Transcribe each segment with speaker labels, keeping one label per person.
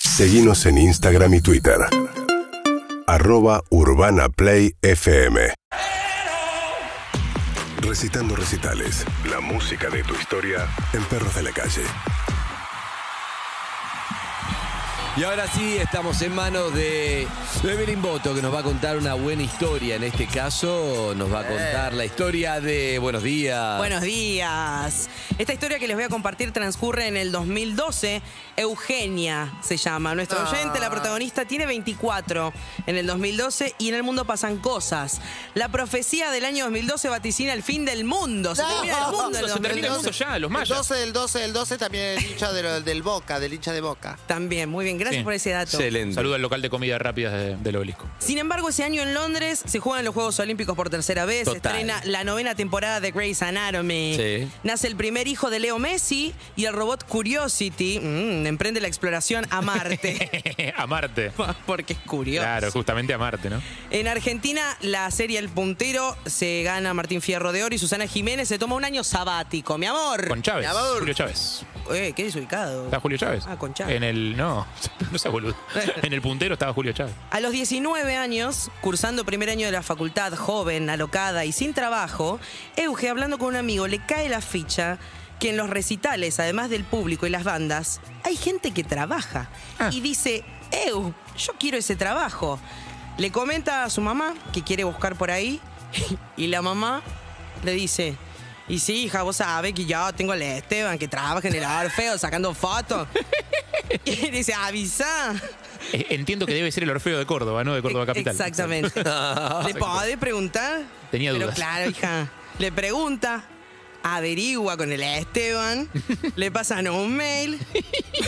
Speaker 1: Seguimos en Instagram y Twitter. Arroba Urbana Play FM. Recitando recitales. La música de tu historia en Perros de la Calle.
Speaker 2: Y ahora sí, estamos en manos de Evelyn Boto, que nos va a contar una buena historia. En este caso, nos
Speaker 3: Eh.
Speaker 2: va a contar la historia de Buenos
Speaker 4: Ah.
Speaker 2: Días.
Speaker 5: Buenos días. Esta historia que les voy a compartir transcurre en el 2012. Eugenia se llama. Nuestra
Speaker 4: Ah.
Speaker 5: oyente, la protagonista, tiene 24 en el 2012 y en el mundo pasan cosas. La profecía del año 2012 vaticina el fin del mundo. Se
Speaker 3: No.
Speaker 5: termina el mundo en el
Speaker 4: Se termina el
Speaker 5: 2012.
Speaker 4: mundo ya, los mayas.
Speaker 3: El 12 del 12 del 12 también el hincha de lo- del Boca, del hincha de Boca.
Speaker 5: También, muy bien. Gracias
Speaker 4: Sí.
Speaker 5: por ese dato.
Speaker 2: Excelente.
Speaker 4: Saluda al local de comida rápida de- del obelisco.
Speaker 5: Sin embargo, ese año en Londres se juegan los Juegos Olímpicos por tercera vez. Se
Speaker 2: Total.
Speaker 5: estrena la novena temporada de Grey's Anatomy.
Speaker 2: Sí.
Speaker 5: Nace el primer hijo de Leo Messi y el robot Curiosity mm, emprende la exploración a Marte.
Speaker 4: Amarte.
Speaker 5: Porque es curioso.
Speaker 4: Claro, justamente amarte, ¿no?
Speaker 5: En Argentina, la serie El Puntero se gana Martín Fierro de Oro y Susana Jiménez se toma un año sabático, mi amor.
Speaker 4: Con Chávez.
Speaker 3: Lavador.
Speaker 4: Julio Chávez.
Speaker 5: Eh, qué desubicado.
Speaker 4: ¿Está Julio Chávez?
Speaker 5: Ah, con Chávez.
Speaker 4: En el. No, no seas boludo. En el puntero estaba Julio Chávez.
Speaker 5: A los 19 años, cursando primer año de la facultad, joven, alocada y sin trabajo, Euge, hablando con un amigo, le cae la ficha que en los recitales, además del público y las bandas, hay gente que trabaja.
Speaker 4: Ah.
Speaker 5: Y dice, Eu, yo quiero ese trabajo. Le comenta a su mamá que quiere buscar por ahí y la mamá le dice, y sí, hija, vos sabés que yo tengo al Esteban que trabaja en el Orfeo sacando fotos. Y dice, avisa.
Speaker 4: Eh, Entiendo que debe ser el Orfeo de Córdoba, ¿no? De Córdoba Capital.
Speaker 5: Exactamente. ¿Le podés preguntar?
Speaker 4: Tenía
Speaker 5: Pero
Speaker 4: dudas.
Speaker 5: claro, hija. Le pregunta, averigua con el Esteban, le pasan un mail,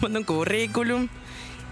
Speaker 5: manda un currículum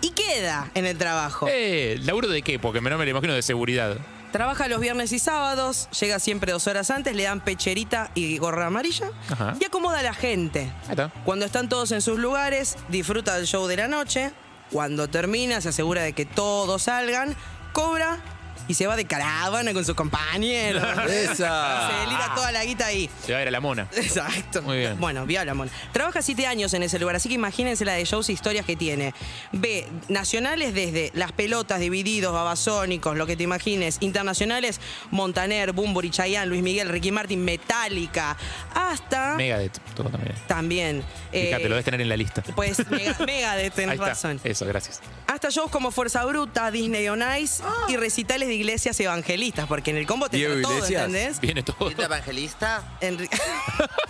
Speaker 5: y queda en el trabajo.
Speaker 4: Eh, ¿Laburo de qué? Porque no me lo imagino de seguridad.
Speaker 5: Trabaja los viernes y sábados, llega siempre dos horas antes, le dan pecherita y gorra amarilla
Speaker 4: Ajá.
Speaker 5: y acomoda a la gente.
Speaker 4: Ahí está.
Speaker 5: Cuando están todos en sus lugares, disfruta del show de la noche. Cuando termina, se asegura de que todos salgan, cobra y se va de caravana con sus compañeros.
Speaker 2: Esa.
Speaker 5: Se delira toda la guita ahí.
Speaker 4: Se va a ver a la mona.
Speaker 5: Exacto.
Speaker 4: Muy bien.
Speaker 5: Bueno, viola, mon. Trabaja siete años en ese lugar, así que imagínense la de shows e historias que tiene. Ve nacionales desde las pelotas, divididos, babasónicos, lo que te imagines. Internacionales, Montaner, Bumburi, Chayanne, Luis Miguel, Ricky Martin, Metallica. Hasta...
Speaker 4: Megadeth. Todo también.
Speaker 5: También. Ah. eh,
Speaker 4: Fíjate, lo debes tener en la lista.
Speaker 5: Pues mega, mega de tenés
Speaker 4: Ahí está. Eh.
Speaker 5: razón.
Speaker 4: Eso, gracias.
Speaker 5: Hasta shows como Fuerza Bruta, Disney on Ice y recitales de iglesias evangelistas, porque en el combo te
Speaker 2: Diego
Speaker 5: entra todo,
Speaker 2: Iglesias.
Speaker 5: ¿entendés?
Speaker 4: Viene todo.
Speaker 3: ¿El evangelista?
Speaker 5: Enri-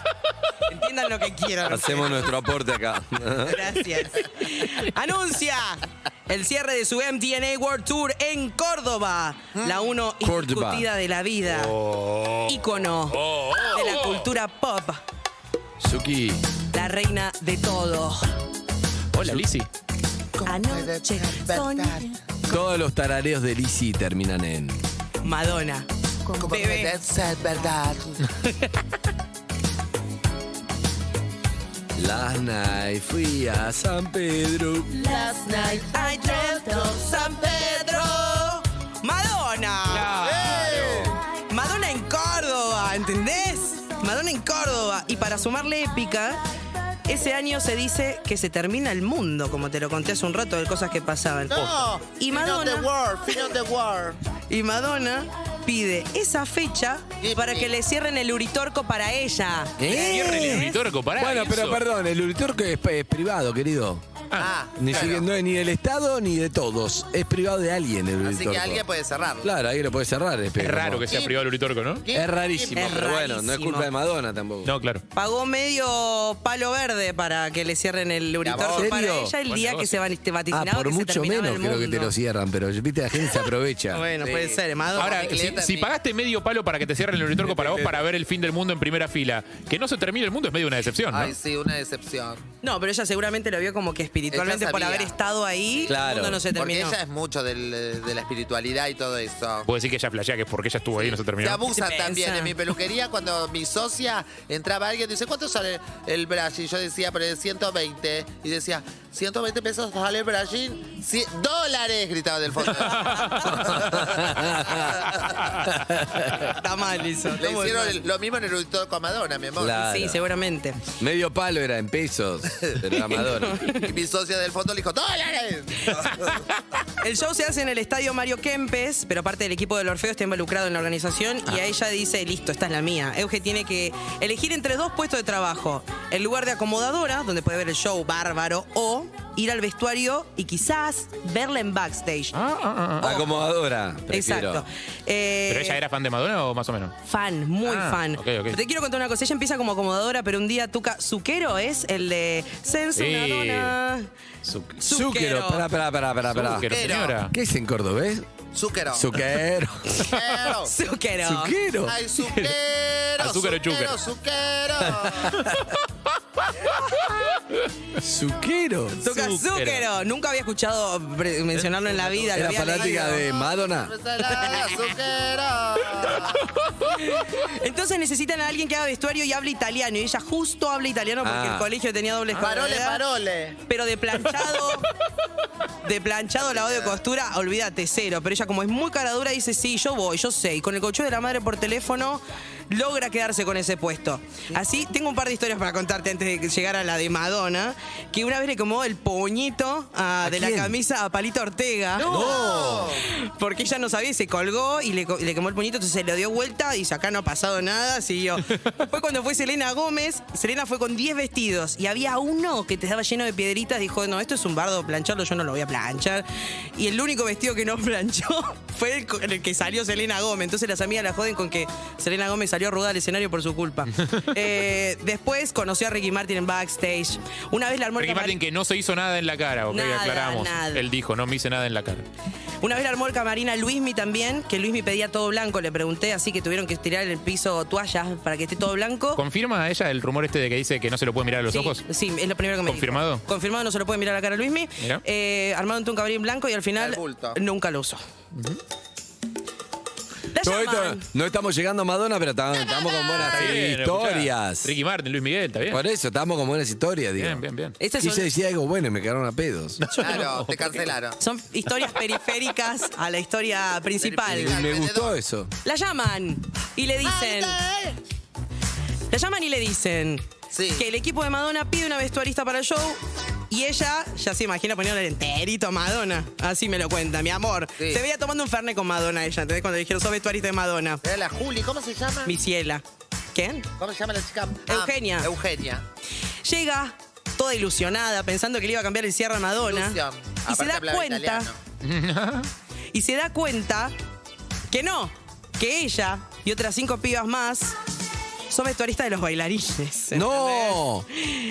Speaker 5: Entiendan lo que quieran.
Speaker 2: Hacemos nuestro aporte acá.
Speaker 5: Gracias. Anuncia el cierre de su MDNA World Tour en Córdoba. La uno
Speaker 2: Córdoba.
Speaker 5: indiscutida de la vida. Ícono de la cultura pop.
Speaker 2: Suki.
Speaker 5: La reina de todo.
Speaker 4: Hola, Lizzy.
Speaker 5: Anoche soñé.
Speaker 2: Todos los tarareos de Lizzy terminan en.
Speaker 5: Madonna.
Speaker 3: Como
Speaker 5: Bebé.
Speaker 3: puede ser verdad.
Speaker 2: Last night fui a San Pedro.
Speaker 5: Last night I dreamt of San Pedro. Madonna. ¡Eh! Madonna en Córdoba, ¿entendés? Madonna en Córdoba. Y para sumarle épica, ese año se dice que se termina el mundo, como te lo conté hace un rato de cosas que pasaban.
Speaker 3: No.
Speaker 5: Y
Speaker 3: Fin of the
Speaker 5: Madonna,
Speaker 3: world, fin of the world.
Speaker 5: y Madonna pide esa fecha
Speaker 3: Give
Speaker 5: para
Speaker 3: me.
Speaker 5: que le cierren el uritorco para ella.
Speaker 2: ¿Eh?
Speaker 4: Cierren el Uritorco, pará.
Speaker 6: Bueno, pero
Speaker 4: eso.
Speaker 6: perdón, el Uritorco es, es privado, querido.
Speaker 3: Ah,
Speaker 6: Ni,
Speaker 3: claro.
Speaker 6: siquiera- no es ni del Estado ni de todos. Es privado de alguien el
Speaker 3: Así
Speaker 6: Uritorco.
Speaker 3: que alguien puede cerrarlo.
Speaker 6: Claro, alguien lo puede cerrar.
Speaker 4: Es raro que sea privado el Uritorco, ¿no?
Speaker 2: Es rarísimo,
Speaker 5: Es
Speaker 2: pero bueno, no es
Speaker 5: rarísimo.
Speaker 2: culpa de Madonna tampoco.
Speaker 4: No, claro.
Speaker 5: Pagó medio palo verde para que le cierren el uritorco
Speaker 2: ¿En
Speaker 5: para
Speaker 2: serio?
Speaker 5: ella el
Speaker 4: Buen
Speaker 5: día que
Speaker 4: negocio.
Speaker 5: se van este
Speaker 6: Ah,
Speaker 5: vaticinaba
Speaker 6: por
Speaker 5: que se
Speaker 6: mucho
Speaker 5: terminaba
Speaker 6: menos
Speaker 5: el
Speaker 6: creo que te
Speaker 5: mundo.
Speaker 6: lo cierran, pero viste, la gente se aprovecha.
Speaker 5: Bueno, puede ser, Madonna.
Speaker 4: Ahora, si,
Speaker 3: bicicleta,
Speaker 4: si
Speaker 3: sí.
Speaker 4: pagaste medio palo para que te cierren el Uritorco para vos para ver el fin del mundo en primera fila, que no se termine el mundo es medio una decepción, ¿no?
Speaker 3: Ay, sí, una decepción.
Speaker 5: No, pero ella seguramente lo vio como que espiritualmente
Speaker 3: Ella
Speaker 5: por
Speaker 3: sabía.
Speaker 5: haber estado ahí,
Speaker 2: Claro.
Speaker 5: el mundo no se
Speaker 3: Porque
Speaker 5: terminó.
Speaker 3: ella es mucho del- de la espiritualidad y todo eso.
Speaker 4: Puedo decir que ella flashea que es porque ella estuvo ahí y no se
Speaker 3: Se
Speaker 4: terminó.
Speaker 3: abusan
Speaker 5: ¿Qué te
Speaker 3: también.
Speaker 5: pensás?
Speaker 3: En mi peluquería, cuando mi socia entraba alguien, dice, ¿cuánto sale el brush? Y yo decía, pero de 120. Y decía, 120 pesos sale el Brasil. Cien- ¡Dólares! gritaba del fondo.
Speaker 5: Está mal eso.
Speaker 3: Le
Speaker 5: está muy
Speaker 3: hicieron
Speaker 5: mal.
Speaker 3: el- lo mismo en el auditorio con Madonna, mi amor.
Speaker 2: Claro.
Speaker 5: Sí, seguramente.
Speaker 2: Medio palo era en pesos. Pero la Madonna.
Speaker 3: Y mi socia del fondo le dijo, ¡dólares!
Speaker 5: El show se hace en el estadio Mario Kempes, pero parte del equipo del Orfeo está involucrado en la organización
Speaker 3: Ah.
Speaker 5: y a ella dice, listo, esta es la mía. Euge tiene que elegir entre dos puestos de trabajo, el lugar de acomodadora, donde puede ver el show bárbaro, o ir al vestuario y quizás verla en backstage.
Speaker 3: Ah,
Speaker 2: Ah, Acomodadora. Prefiero.
Speaker 5: Exacto. Eh,
Speaker 4: ¿Pero ella era fan de Madonna o más o menos?
Speaker 5: Fan, muy
Speaker 4: Ah,
Speaker 5: fan.
Speaker 4: ok, ok.
Speaker 5: Pero Te quiero contar una cosa. Ella empieza como acomodadora, pero un día Tuca Zuquero es el de Sensu
Speaker 4: Sí.
Speaker 5: Nadona. Zucchero.
Speaker 2: Zucchero. Pará, pará, pará, pará, pará.
Speaker 4: Zucchero, Uh, señora.
Speaker 2: ¿Qué es en cordobés?
Speaker 3: Zúquero.
Speaker 2: Zucchero.
Speaker 5: Zuquero.
Speaker 3: Zúquero.
Speaker 2: Zucchero.
Speaker 3: ¡Ay, Zúquero!
Speaker 4: Azúcar o chúquero.
Speaker 3: Zúquero, Zúquero.
Speaker 2: Zucchero.
Speaker 5: Tuca
Speaker 4: Zucchero.
Speaker 5: Zucchero. Nunca había escuchado pre- mencionarlo en la vida. lo
Speaker 2: Era
Speaker 5: había
Speaker 2: fanática
Speaker 5: leído.
Speaker 2: de Madonna.
Speaker 3: Ensalada, Zúquero.
Speaker 5: Entonces necesitan a alguien que haga vestuario y hable italiano. Y ella justo habla italiano porque
Speaker 2: Ah.
Speaker 5: el colegio tenía doble
Speaker 3: Parole,
Speaker 5: escolaridad.
Speaker 3: parole.
Speaker 5: Pero de planchado, de planchado, lavado de costura, olvídate, cero. Pero ella como es muy cara dura dice, sí, yo voy, yo sé. Y con el coche de la madre por teléfono logra quedarse con ese puesto. Así, tengo un par de historias para contarte antes de llegar a la de Madonna, que una vez le acomodó el puñito ah,
Speaker 2: ¿A
Speaker 5: de
Speaker 2: quién?
Speaker 5: la camisa a Palito Ortega.
Speaker 2: ¡No!
Speaker 5: Porque ella no sabía, y se colgó y le, co- le quemó el puñito, entonces se le dio vuelta y dice, acá no ha pasado nada, siguió. Después cuando fue Selena Gómez, Selena fue con 10 vestidos y había uno que te estaba lleno de piedritas, dijo, no, esto es un bardo, plancharlo yo no lo voy a planchar. Y el único vestido que no planchó fue el, co- el que salió Selena Gómez. Entonces las amigas la joden con que Selena Gómez salió a rodar al escenario por su culpa. Eh, después conoció a Ricky Martin en backstage. Una vez la armó el
Speaker 4: Ricky
Speaker 5: camar-
Speaker 4: Martin que no se hizo nada en la cara, ok,
Speaker 5: Nada,
Speaker 4: aclaramos.
Speaker 5: nada.
Speaker 4: Él dijo, no me hice nada en la cara.
Speaker 5: Una vez la armó el camarín a Luismi también, que Luismi pedía todo blanco, le pregunté, así que tuvieron que tirar en el piso toallas para que esté todo blanco.
Speaker 4: ¿Confirma a ella el rumor este de que dice que no se lo puede mirar a los
Speaker 5: Oh. sí,
Speaker 4: ojos?
Speaker 5: Sí, es lo primero que me dijo.
Speaker 4: ¿Confirmado?
Speaker 5: Confirmado, no se lo puede mirar la cara a Luismi.
Speaker 4: Mirá.
Speaker 5: Eh, armaron un camarín blanco y al final
Speaker 3: Al bulto.
Speaker 5: nunca lo usó. La
Speaker 2: Todo esto-
Speaker 5: llaman.
Speaker 2: no estamos llegando a Madonna, pero tam- estamos con buenas
Speaker 4: Está bien,
Speaker 2: historias.
Speaker 4: escuchá. Ricky Martin, Luis Miguel, está bien.
Speaker 2: Por eso, estamos con buenas historias, digo.
Speaker 4: Bien, bien, bien.
Speaker 5: Estas
Speaker 2: Quise
Speaker 5: son,
Speaker 2: decir algo bueno y me quedaron a pedos.
Speaker 3: Claro, te cancelaron.
Speaker 5: son historias periféricas a la historia principal.
Speaker 2: Y me gustó eso.
Speaker 5: La llaman y le dicen... La llaman y le dicen
Speaker 3: Sí.
Speaker 5: que el equipo de Madonna pide una vestuarista para el show y ella ya se imagina poniéndole enterito a Madonna. Así me lo cuenta, mi amor.
Speaker 3: Sí.
Speaker 5: Se veía tomando un fernet con Madonna ella, ¿entendés? Cuando le dijeron, sos vestuarista de Madonna.
Speaker 3: Era la Juli, ¿cómo se llama?
Speaker 5: Mi ciela. ¿Quién?
Speaker 3: ¿Cómo se llama la chica? Ah,
Speaker 5: Eugenia.
Speaker 3: Eugenia.
Speaker 5: Llega toda ilusionada, pensando que le iba a cambiar el cierre a Madonna.
Speaker 3: Lucian.
Speaker 5: Y se
Speaker 3: Aparte
Speaker 5: da
Speaker 3: hablaba
Speaker 5: cuenta.
Speaker 3: italiano.
Speaker 5: Y se da cuenta que no, que ella y otras cinco pibas más son vestuaristas de los bailarines.
Speaker 2: No,
Speaker 3: Oh.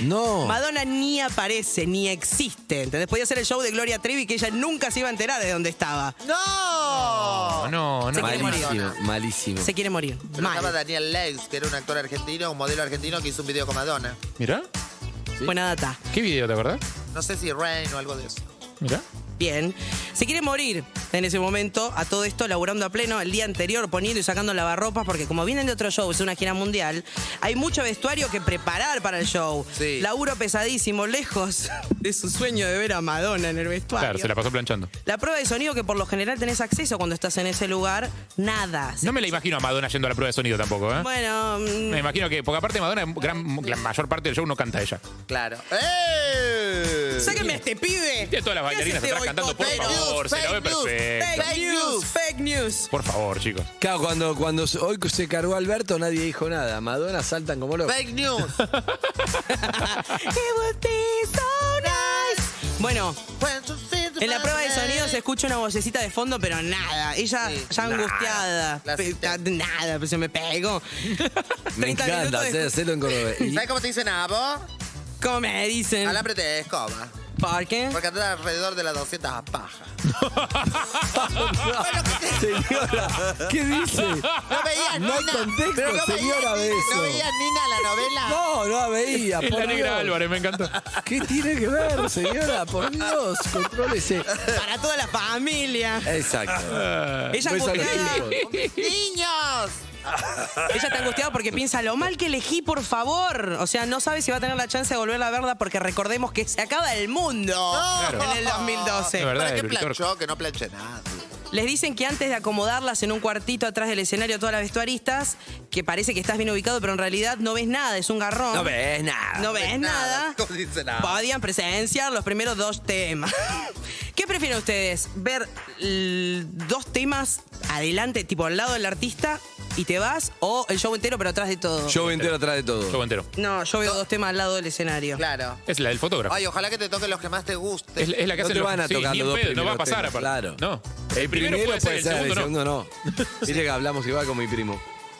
Speaker 2: no.
Speaker 5: Madonna ni aparece, ni existe. ¿Entendés? Podía hacer el show de Gloria Trevi que ella nunca se iba a enterar de dónde estaba.
Speaker 3: Mm. ¡No!
Speaker 4: No, no, no.
Speaker 5: quiere morir.
Speaker 2: Malísimo, malísimo.
Speaker 5: Se quiere morir.
Speaker 3: Pero Estaba
Speaker 5: Mal.
Speaker 3: Daniel Lex, que era un actor argentino, un modelo argentino que hizo un video con Madonna.
Speaker 4: Mirá,
Speaker 5: Buena data.
Speaker 4: ¿qué video te acordás?
Speaker 3: No sé si Rain o algo de eso.
Speaker 4: Mirá.
Speaker 5: Bien. Se quiere morir en ese momento, a todo esto, laburando a pleno el día anterior, poniendo y sacando lavarropas, porque como vienen de otro show, es una gira mundial, hay mucho vestuario que preparar para el show.
Speaker 3: Sí.
Speaker 5: Laburo pesadísimo, lejos de su sueño de ver a Madonna en el vestuario.
Speaker 4: Claro, se la pasó planchando.
Speaker 5: La prueba de sonido que por lo general tenés acceso cuando estás en ese lugar, nada.
Speaker 4: No me la imagino a Madonna yendo a la prueba de sonido tampoco, ¿eh?
Speaker 5: Bueno, mm,
Speaker 4: Me imagino que, porque aparte Madonna, gran- la mayor parte del show no canta ella.
Speaker 3: Claro. ¡Eh!
Speaker 5: Sáquenme a este pibe.
Speaker 4: Tiene todas las
Speaker 5: ¿Qué hace
Speaker 4: bailarinas
Speaker 5: este
Speaker 4: atrás cantando, por
Speaker 5: boicotero?
Speaker 3: news,
Speaker 4: favor, se la ve
Speaker 3: fake news,
Speaker 4: perfecta.
Speaker 5: Fake news, fake news.
Speaker 4: Por favor, chicos.
Speaker 2: Claro, cuando, cuando se- hoy se cargó Alberto, nadie dijo nada. Madonna saltan como locos.
Speaker 3: Fake news.
Speaker 5: It would be so nice. Bueno, en la prueba de sonido se escucha una vocecita de fondo, pero nada. Ella
Speaker 3: Sí,
Speaker 5: ya
Speaker 3: nada.
Speaker 5: angustiada.
Speaker 3: La
Speaker 5: Pe-
Speaker 3: cita.
Speaker 5: nada, pues se me pegó.
Speaker 2: Me
Speaker 5: 30
Speaker 2: encanta
Speaker 5: minutos de-
Speaker 2: hacer, hacerlo en cordobés. Y-
Speaker 3: ¿Sabes cómo se dice nabo?
Speaker 5: Mm. ¿Cómo me dicen?
Speaker 3: Alambre de escoba.
Speaker 5: ¿Por qué?
Speaker 3: Porque anda alrededor de las 200 pajas.
Speaker 2: Señora, ¿qué dice?
Speaker 5: Ah,
Speaker 3: No veías
Speaker 2: No hay
Speaker 3: Nina.
Speaker 2: contexto,
Speaker 3: Pero no veías
Speaker 2: señora,
Speaker 3: Nina-
Speaker 2: de eso.
Speaker 3: ¿No veías Nina la novela?
Speaker 2: No, no veía.
Speaker 4: Es
Speaker 2: por
Speaker 4: la negra
Speaker 2: Dios.
Speaker 4: Álvarez, me encantó.
Speaker 2: ¿Qué tiene que ver, señora? Por Dios, contrólese.
Speaker 5: Para toda la familia.
Speaker 2: Exacto.
Speaker 5: Ella
Speaker 4: Ah,
Speaker 2: Beso al
Speaker 5: angustiada.
Speaker 2: equipo.
Speaker 3: ¡Niños!
Speaker 5: Ella está angustiada porque piensa lo mal que elegí, por favor. O sea, no sabe si va a tener la chance de volver a verla porque recordemos que se acaba el mundo
Speaker 3: Claro.
Speaker 5: en el 2012.
Speaker 4: De verdad,
Speaker 3: ¿Para qué
Speaker 4: el Uritorco.
Speaker 3: planchó? Que no planche nada.
Speaker 5: Les dicen que antes de acomodarlas en un cuartito atrás del escenario a todas las vestuaristas, que parece que estás bien ubicado, pero en realidad no ves nada, es un garrón.
Speaker 2: No ves nada.
Speaker 5: No ves nada.
Speaker 3: No dice nada.
Speaker 5: Podían presenciar los primeros dos temas. ¿Qué prefieren ustedes? ¿Ver l- dos temas adelante, tipo al lado del artista y te vas? ¿O el show entero pero atrás de todo?
Speaker 2: Yo entero atrás de todo.
Speaker 4: Show entero.
Speaker 5: No, yo veo dos temas al lado del escenario.
Speaker 3: Claro.
Speaker 4: Es la del fotógrafo.
Speaker 3: Ay, ojalá que te toquen los que más te gusten.
Speaker 4: Es, es la que
Speaker 2: No
Speaker 4: hace
Speaker 2: te
Speaker 4: los-
Speaker 2: van a
Speaker 4: sí,
Speaker 2: tocar
Speaker 4: ni
Speaker 2: los
Speaker 4: en
Speaker 2: dos
Speaker 4: pedo, No va a
Speaker 2: primeros temas,
Speaker 4: pasar
Speaker 2: claro.
Speaker 4: aparte. No. El, primero, puede ser, el segundo, no.
Speaker 2: no. Viste que hablamos igual con mi primo.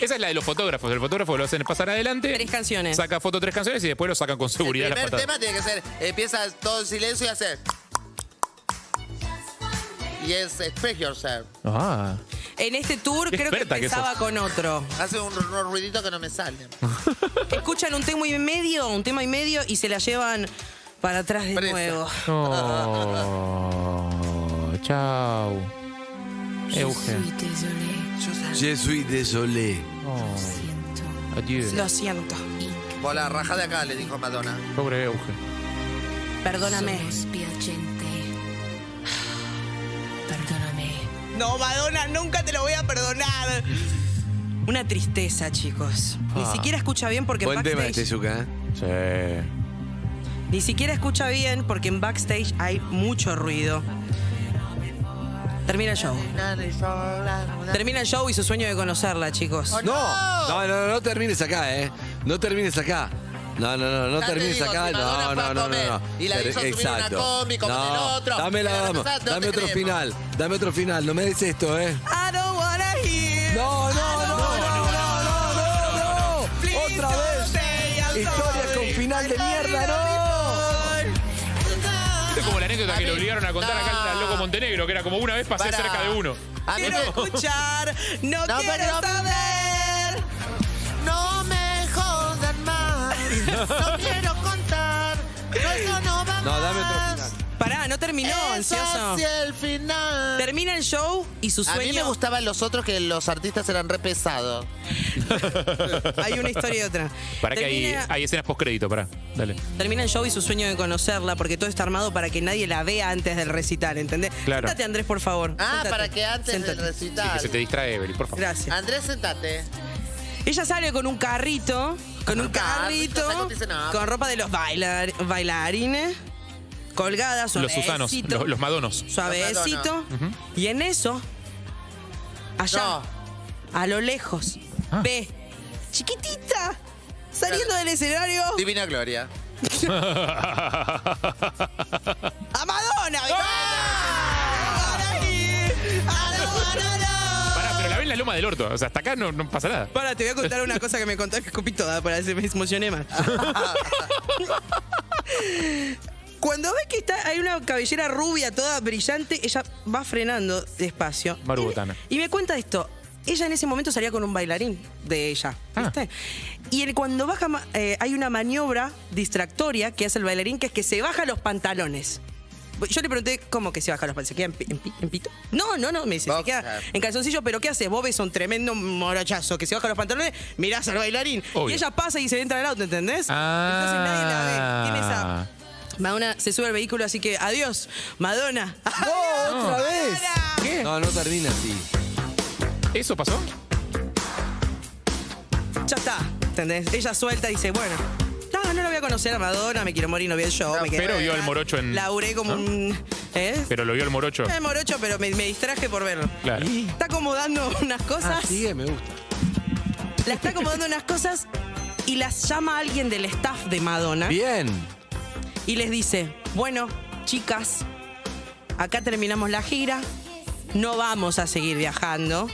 Speaker 4: Esa es la de los fotógrafos. El fotógrafo lo hacen pasar adelante.
Speaker 5: Tres canciones.
Speaker 4: Saca foto tres canciones y después lo sacan con
Speaker 3: El
Speaker 4: seguridad. a la
Speaker 3: primer
Speaker 4: patada.
Speaker 3: tema tiene que ser, empieza todo en silencio y hacer... Y es Express Yourself.
Speaker 4: Ah.
Speaker 5: En este tour
Speaker 4: Qué
Speaker 5: creo que
Speaker 4: experta que
Speaker 5: empezaba
Speaker 4: sos.
Speaker 5: con otro.
Speaker 3: Hace un- unos ruiditos que no me salen.
Speaker 5: Escuchan un tema y medio, un tema y medio y se la llevan para atrás de
Speaker 3: Presa.
Speaker 5: nuevo.
Speaker 4: No. Chau. Eugen.
Speaker 2: Je suis désolé.
Speaker 4: No. Adiós.
Speaker 5: Lo siento.
Speaker 3: Bola, raja de acá, le dijo Madonna.
Speaker 4: Pobre Eugen.
Speaker 5: Perdóname.
Speaker 7: Perdóname.
Speaker 5: No, Madonna, nunca te lo voy a perdonar. Una tristeza, chicos. Ni
Speaker 4: Ah.
Speaker 5: siquiera escucha bien porque en
Speaker 2: Buen tema este,
Speaker 5: backstage.
Speaker 2: Yuka. ¿eh?
Speaker 3: Oh,
Speaker 4: Sí. este.
Speaker 5: Ni siquiera escucha bien porque en backstage hay mucho ruido. Termina el show. Termina el show y su sueño de conocerla, chicos.
Speaker 2: No, no, no, no termines acá, ¿eh? No termines acá. No, no, no, no
Speaker 3: Ya te
Speaker 2: termines
Speaker 3: digo,
Speaker 2: acá.
Speaker 3: si
Speaker 2: No,
Speaker 3: Madonna fue
Speaker 2: no, no,
Speaker 3: a
Speaker 2: no,
Speaker 3: comer
Speaker 2: no.
Speaker 3: y la
Speaker 2: Ter-
Speaker 3: hizo subir una combi como en el otro,
Speaker 2: Dame
Speaker 3: y
Speaker 2: la
Speaker 3: la
Speaker 2: dama,
Speaker 3: verdad no
Speaker 2: dame
Speaker 3: te
Speaker 2: otro
Speaker 3: creemos.
Speaker 2: final, dame otro final. No me des esto, ¿eh?
Speaker 5: I don't wanna hear.
Speaker 2: No, no, no, no, no, no, no.
Speaker 5: Please
Speaker 2: Otra
Speaker 5: don't
Speaker 2: vez.
Speaker 5: say I'm
Speaker 2: Historia
Speaker 5: sorry.
Speaker 2: con final de
Speaker 5: I'm sorry,
Speaker 2: mierda, no.
Speaker 4: Esto es como la anécdota
Speaker 3: A
Speaker 4: que le
Speaker 3: mí-
Speaker 4: obligaron a contar acá al
Speaker 3: No.
Speaker 4: loco Montenegro, que era como una vez pasé
Speaker 3: Para.
Speaker 4: cerca de uno.
Speaker 3: A mí
Speaker 5: Quiero
Speaker 3: me-
Speaker 5: escuchar, no,
Speaker 3: No,
Speaker 5: quiero
Speaker 3: pero-
Speaker 5: saber.
Speaker 3: No me jodan más. No quiero contar. No, eso no va
Speaker 2: No, dame otro
Speaker 3: más.
Speaker 2: final.
Speaker 5: Pará, no terminó,
Speaker 3: Eso
Speaker 5: ansioso.
Speaker 3: hacia el final.
Speaker 5: Termina el show y su
Speaker 3: A mí me
Speaker 5: sueño.
Speaker 3: gustaban los otros que los artistas eran re pesados.
Speaker 5: Hay una historia y otra.
Speaker 4: Para que hay,
Speaker 5: termina,
Speaker 4: hay escenas postcrédito, pará. Dale.
Speaker 5: termina el show y su sueño de conocerla, porque todo está armado para que nadie la vea antes del recital, ¿entendés?
Speaker 4: Claro.
Speaker 5: Séntate, Andrés, por favor.
Speaker 3: Ah,
Speaker 5: Séntate.
Speaker 3: para que antes
Speaker 5: Séntate.
Speaker 3: del recital. Ah.
Speaker 4: Que se te distrae, Evelyn, por favor.
Speaker 5: Gracias.
Speaker 3: Andrés, sentate.
Speaker 5: Ella sale con un carrito, con un
Speaker 3: Un carrito,
Speaker 5: carrito,
Speaker 3: saco, dice, no.
Speaker 5: con ropa de los bailar- bailarines, colgada,
Speaker 4: Los
Speaker 5: suavecito.
Speaker 4: Susanos, los, los Madonos.
Speaker 5: suavecito. Y en eso, allá, a lo lejos, ve, chiquitita, saliendo del escenario,
Speaker 3: Divina Gloria.
Speaker 5: a Madonna.
Speaker 4: Pará, pero la ven en la loma del orto. O sea, hasta acá no, no pasa nada.
Speaker 5: Para, te voy a contar una cosa que me contó que escupí toda, para que me emocioné más. Cuando ves que está, hay una cabellera rubia, toda brillante, ella va frenando despacio.
Speaker 4: Maru
Speaker 5: Y-
Speaker 4: Botana.
Speaker 5: Y, me cuenta esto. Ella en ese momento salía con un bailarín de ella,
Speaker 4: Ah.
Speaker 5: ¿viste? Y el- cuando baja, ma- eh, hay una maniobra distractoria que hace el bailarín, que es que se baja los pantalones. Yo le pregunté, ¿cómo que se baja los pantalones? ¿Se queda en, pi- en pi- en pito? No, no, no, me dice, se
Speaker 3: Boxer.
Speaker 5: queda en calzoncillo, pero ¿qué haces? Vos ves un tremendo morochazo que se baja los pantalones, mirás al bailarín.
Speaker 4: Obvio.
Speaker 5: Y ella pasa y se entra al auto, ¿entendés? Entonces nadie la ve. Tiene esa...
Speaker 4: Ah.
Speaker 5: Madonna se sube al vehículo, así que adiós, Madonna.
Speaker 2: No, otra vez.
Speaker 4: ¿Qué?
Speaker 2: No, no termina así.
Speaker 4: ¿Eso pasó?
Speaker 5: ya está, ¿entendés? Ella suelta y dice, bueno, no, no la voy a conocer a Madonna, me quiero morir, no vi el show, me quedé
Speaker 4: pero vio
Speaker 5: acá.
Speaker 4: al morocho en-
Speaker 5: Laburé como
Speaker 4: ¿no?
Speaker 5: un... ¿Eh?
Speaker 4: Pero lo vio el morocho.
Speaker 5: El morocho, pero me, me distraje por verlo.
Speaker 4: Claro.
Speaker 5: Está acomodando unas
Speaker 2: Ah,
Speaker 5: cosas,
Speaker 2: sigue, me gusta.
Speaker 5: la está acomodando unas cosas y las llama alguien del staff de Madonna
Speaker 2: Bien.
Speaker 5: y les dice, bueno, chicas, acá terminamos la gira, no vamos a seguir viajando,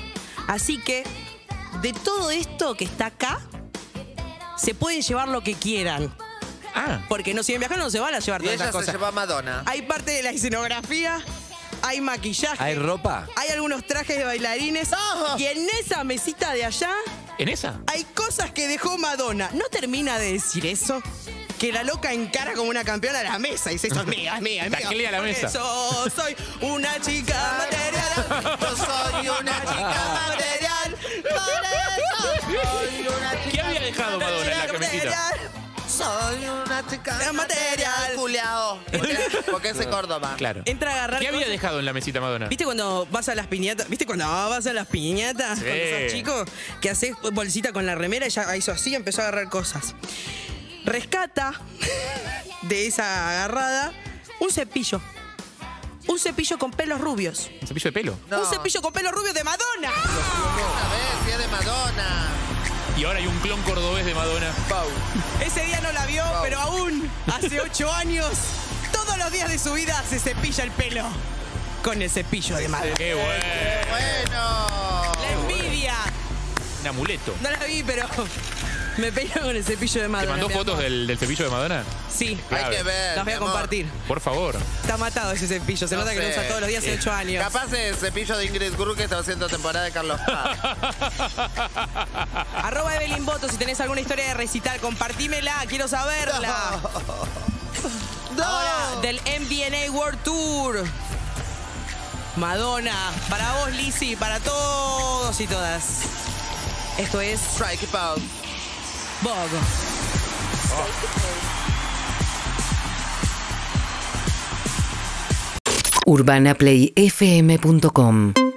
Speaker 5: así que de todo esto que está acá, se pueden llevar lo que quieran.
Speaker 4: Ah.
Speaker 5: Porque no, si viajando no se van a llevar
Speaker 3: Y
Speaker 5: todas
Speaker 3: ella
Speaker 5: esas
Speaker 3: se
Speaker 5: cosas.
Speaker 3: llevó a Madonna.
Speaker 5: Hay parte de la escenografía, hay maquillaje,
Speaker 2: ¿Hay
Speaker 5: hay,
Speaker 2: ropa?
Speaker 5: algunos trajes de bailarines.
Speaker 3: ¡Ah!
Speaker 5: Y en esa mesita de allá
Speaker 4: ¿En esa?
Speaker 5: hay cosas que dejó Madonna. ¿No termina de decir eso? que la loca encara como una campeona a la mesa. Y dice, eso es mía, es mía, es mía.
Speaker 4: Taclea la
Speaker 5: Porque
Speaker 4: mesa.
Speaker 5: Yo soy una chica material. Yo soy una chica material. Por eso soy una
Speaker 4: ¿Qué había dejado Madonna en la camiseta?
Speaker 5: material.
Speaker 3: Soy una chica
Speaker 5: Es material.
Speaker 3: culiao. Porque, porque es de Córdoba.
Speaker 4: Claro.
Speaker 5: Entra a agarrar
Speaker 4: ¿Qué había
Speaker 5: cosas.
Speaker 4: dejado en la mesita Madonna?
Speaker 5: ¿Viste cuando vas a las piñatas? ¿Viste cuando vas a las piñatas?
Speaker 4: Sí.
Speaker 5: Cuando sos chico, que haces bolsita con la remera y ya hizo así, empezó a agarrar cosas. Rescata de esa agarrada un cepillo. Un cepillo con pelos rubios.
Speaker 4: ¿Un cepillo de pelo?
Speaker 3: No.
Speaker 5: Un cepillo con pelos rubios de Madonna.
Speaker 3: Una vez, si es de Madonna.
Speaker 4: Y ahora hay un clon cordobés de Madonna.
Speaker 3: Pau.
Speaker 5: Ese día no la vio, pero aún hace ocho años, todos los días de su vida se cepilla el pelo con el cepillo de Madonna.
Speaker 4: ¡Qué
Speaker 5: eh.
Speaker 4: bueno!
Speaker 3: Bueno.
Speaker 5: La envidia.
Speaker 4: Un amuleto.
Speaker 5: No la vi, pero me peino con el cepillo de
Speaker 4: ¿Te
Speaker 5: Madonna.
Speaker 4: mandó
Speaker 5: mi
Speaker 4: fotos
Speaker 5: amor.
Speaker 4: del, del cepillo de Madonna?
Speaker 5: Sí.
Speaker 3: Hay que ver.
Speaker 5: Las voy a
Speaker 3: mi amor.
Speaker 5: compartir.
Speaker 4: Por favor.
Speaker 5: Está matado ese cepillo. Se
Speaker 3: No
Speaker 5: nota que lo
Speaker 3: sé.
Speaker 5: usa todos los días hace
Speaker 4: Sí.
Speaker 5: 8 años.
Speaker 3: Capaz es cepillo de Ingrid Guru que está haciendo temporada de Carlos Paz.
Speaker 5: Arroba Evelyn Boto si tenés alguna historia de recital. Compartímela. Quiero saberla. Ahora, del MDNA World Tour. Madonna. Para vos, Lizzy. Para todos y todas. Esto es
Speaker 3: Strike it out.
Speaker 5: Vogue.
Speaker 7: UrbanaPlayFM.com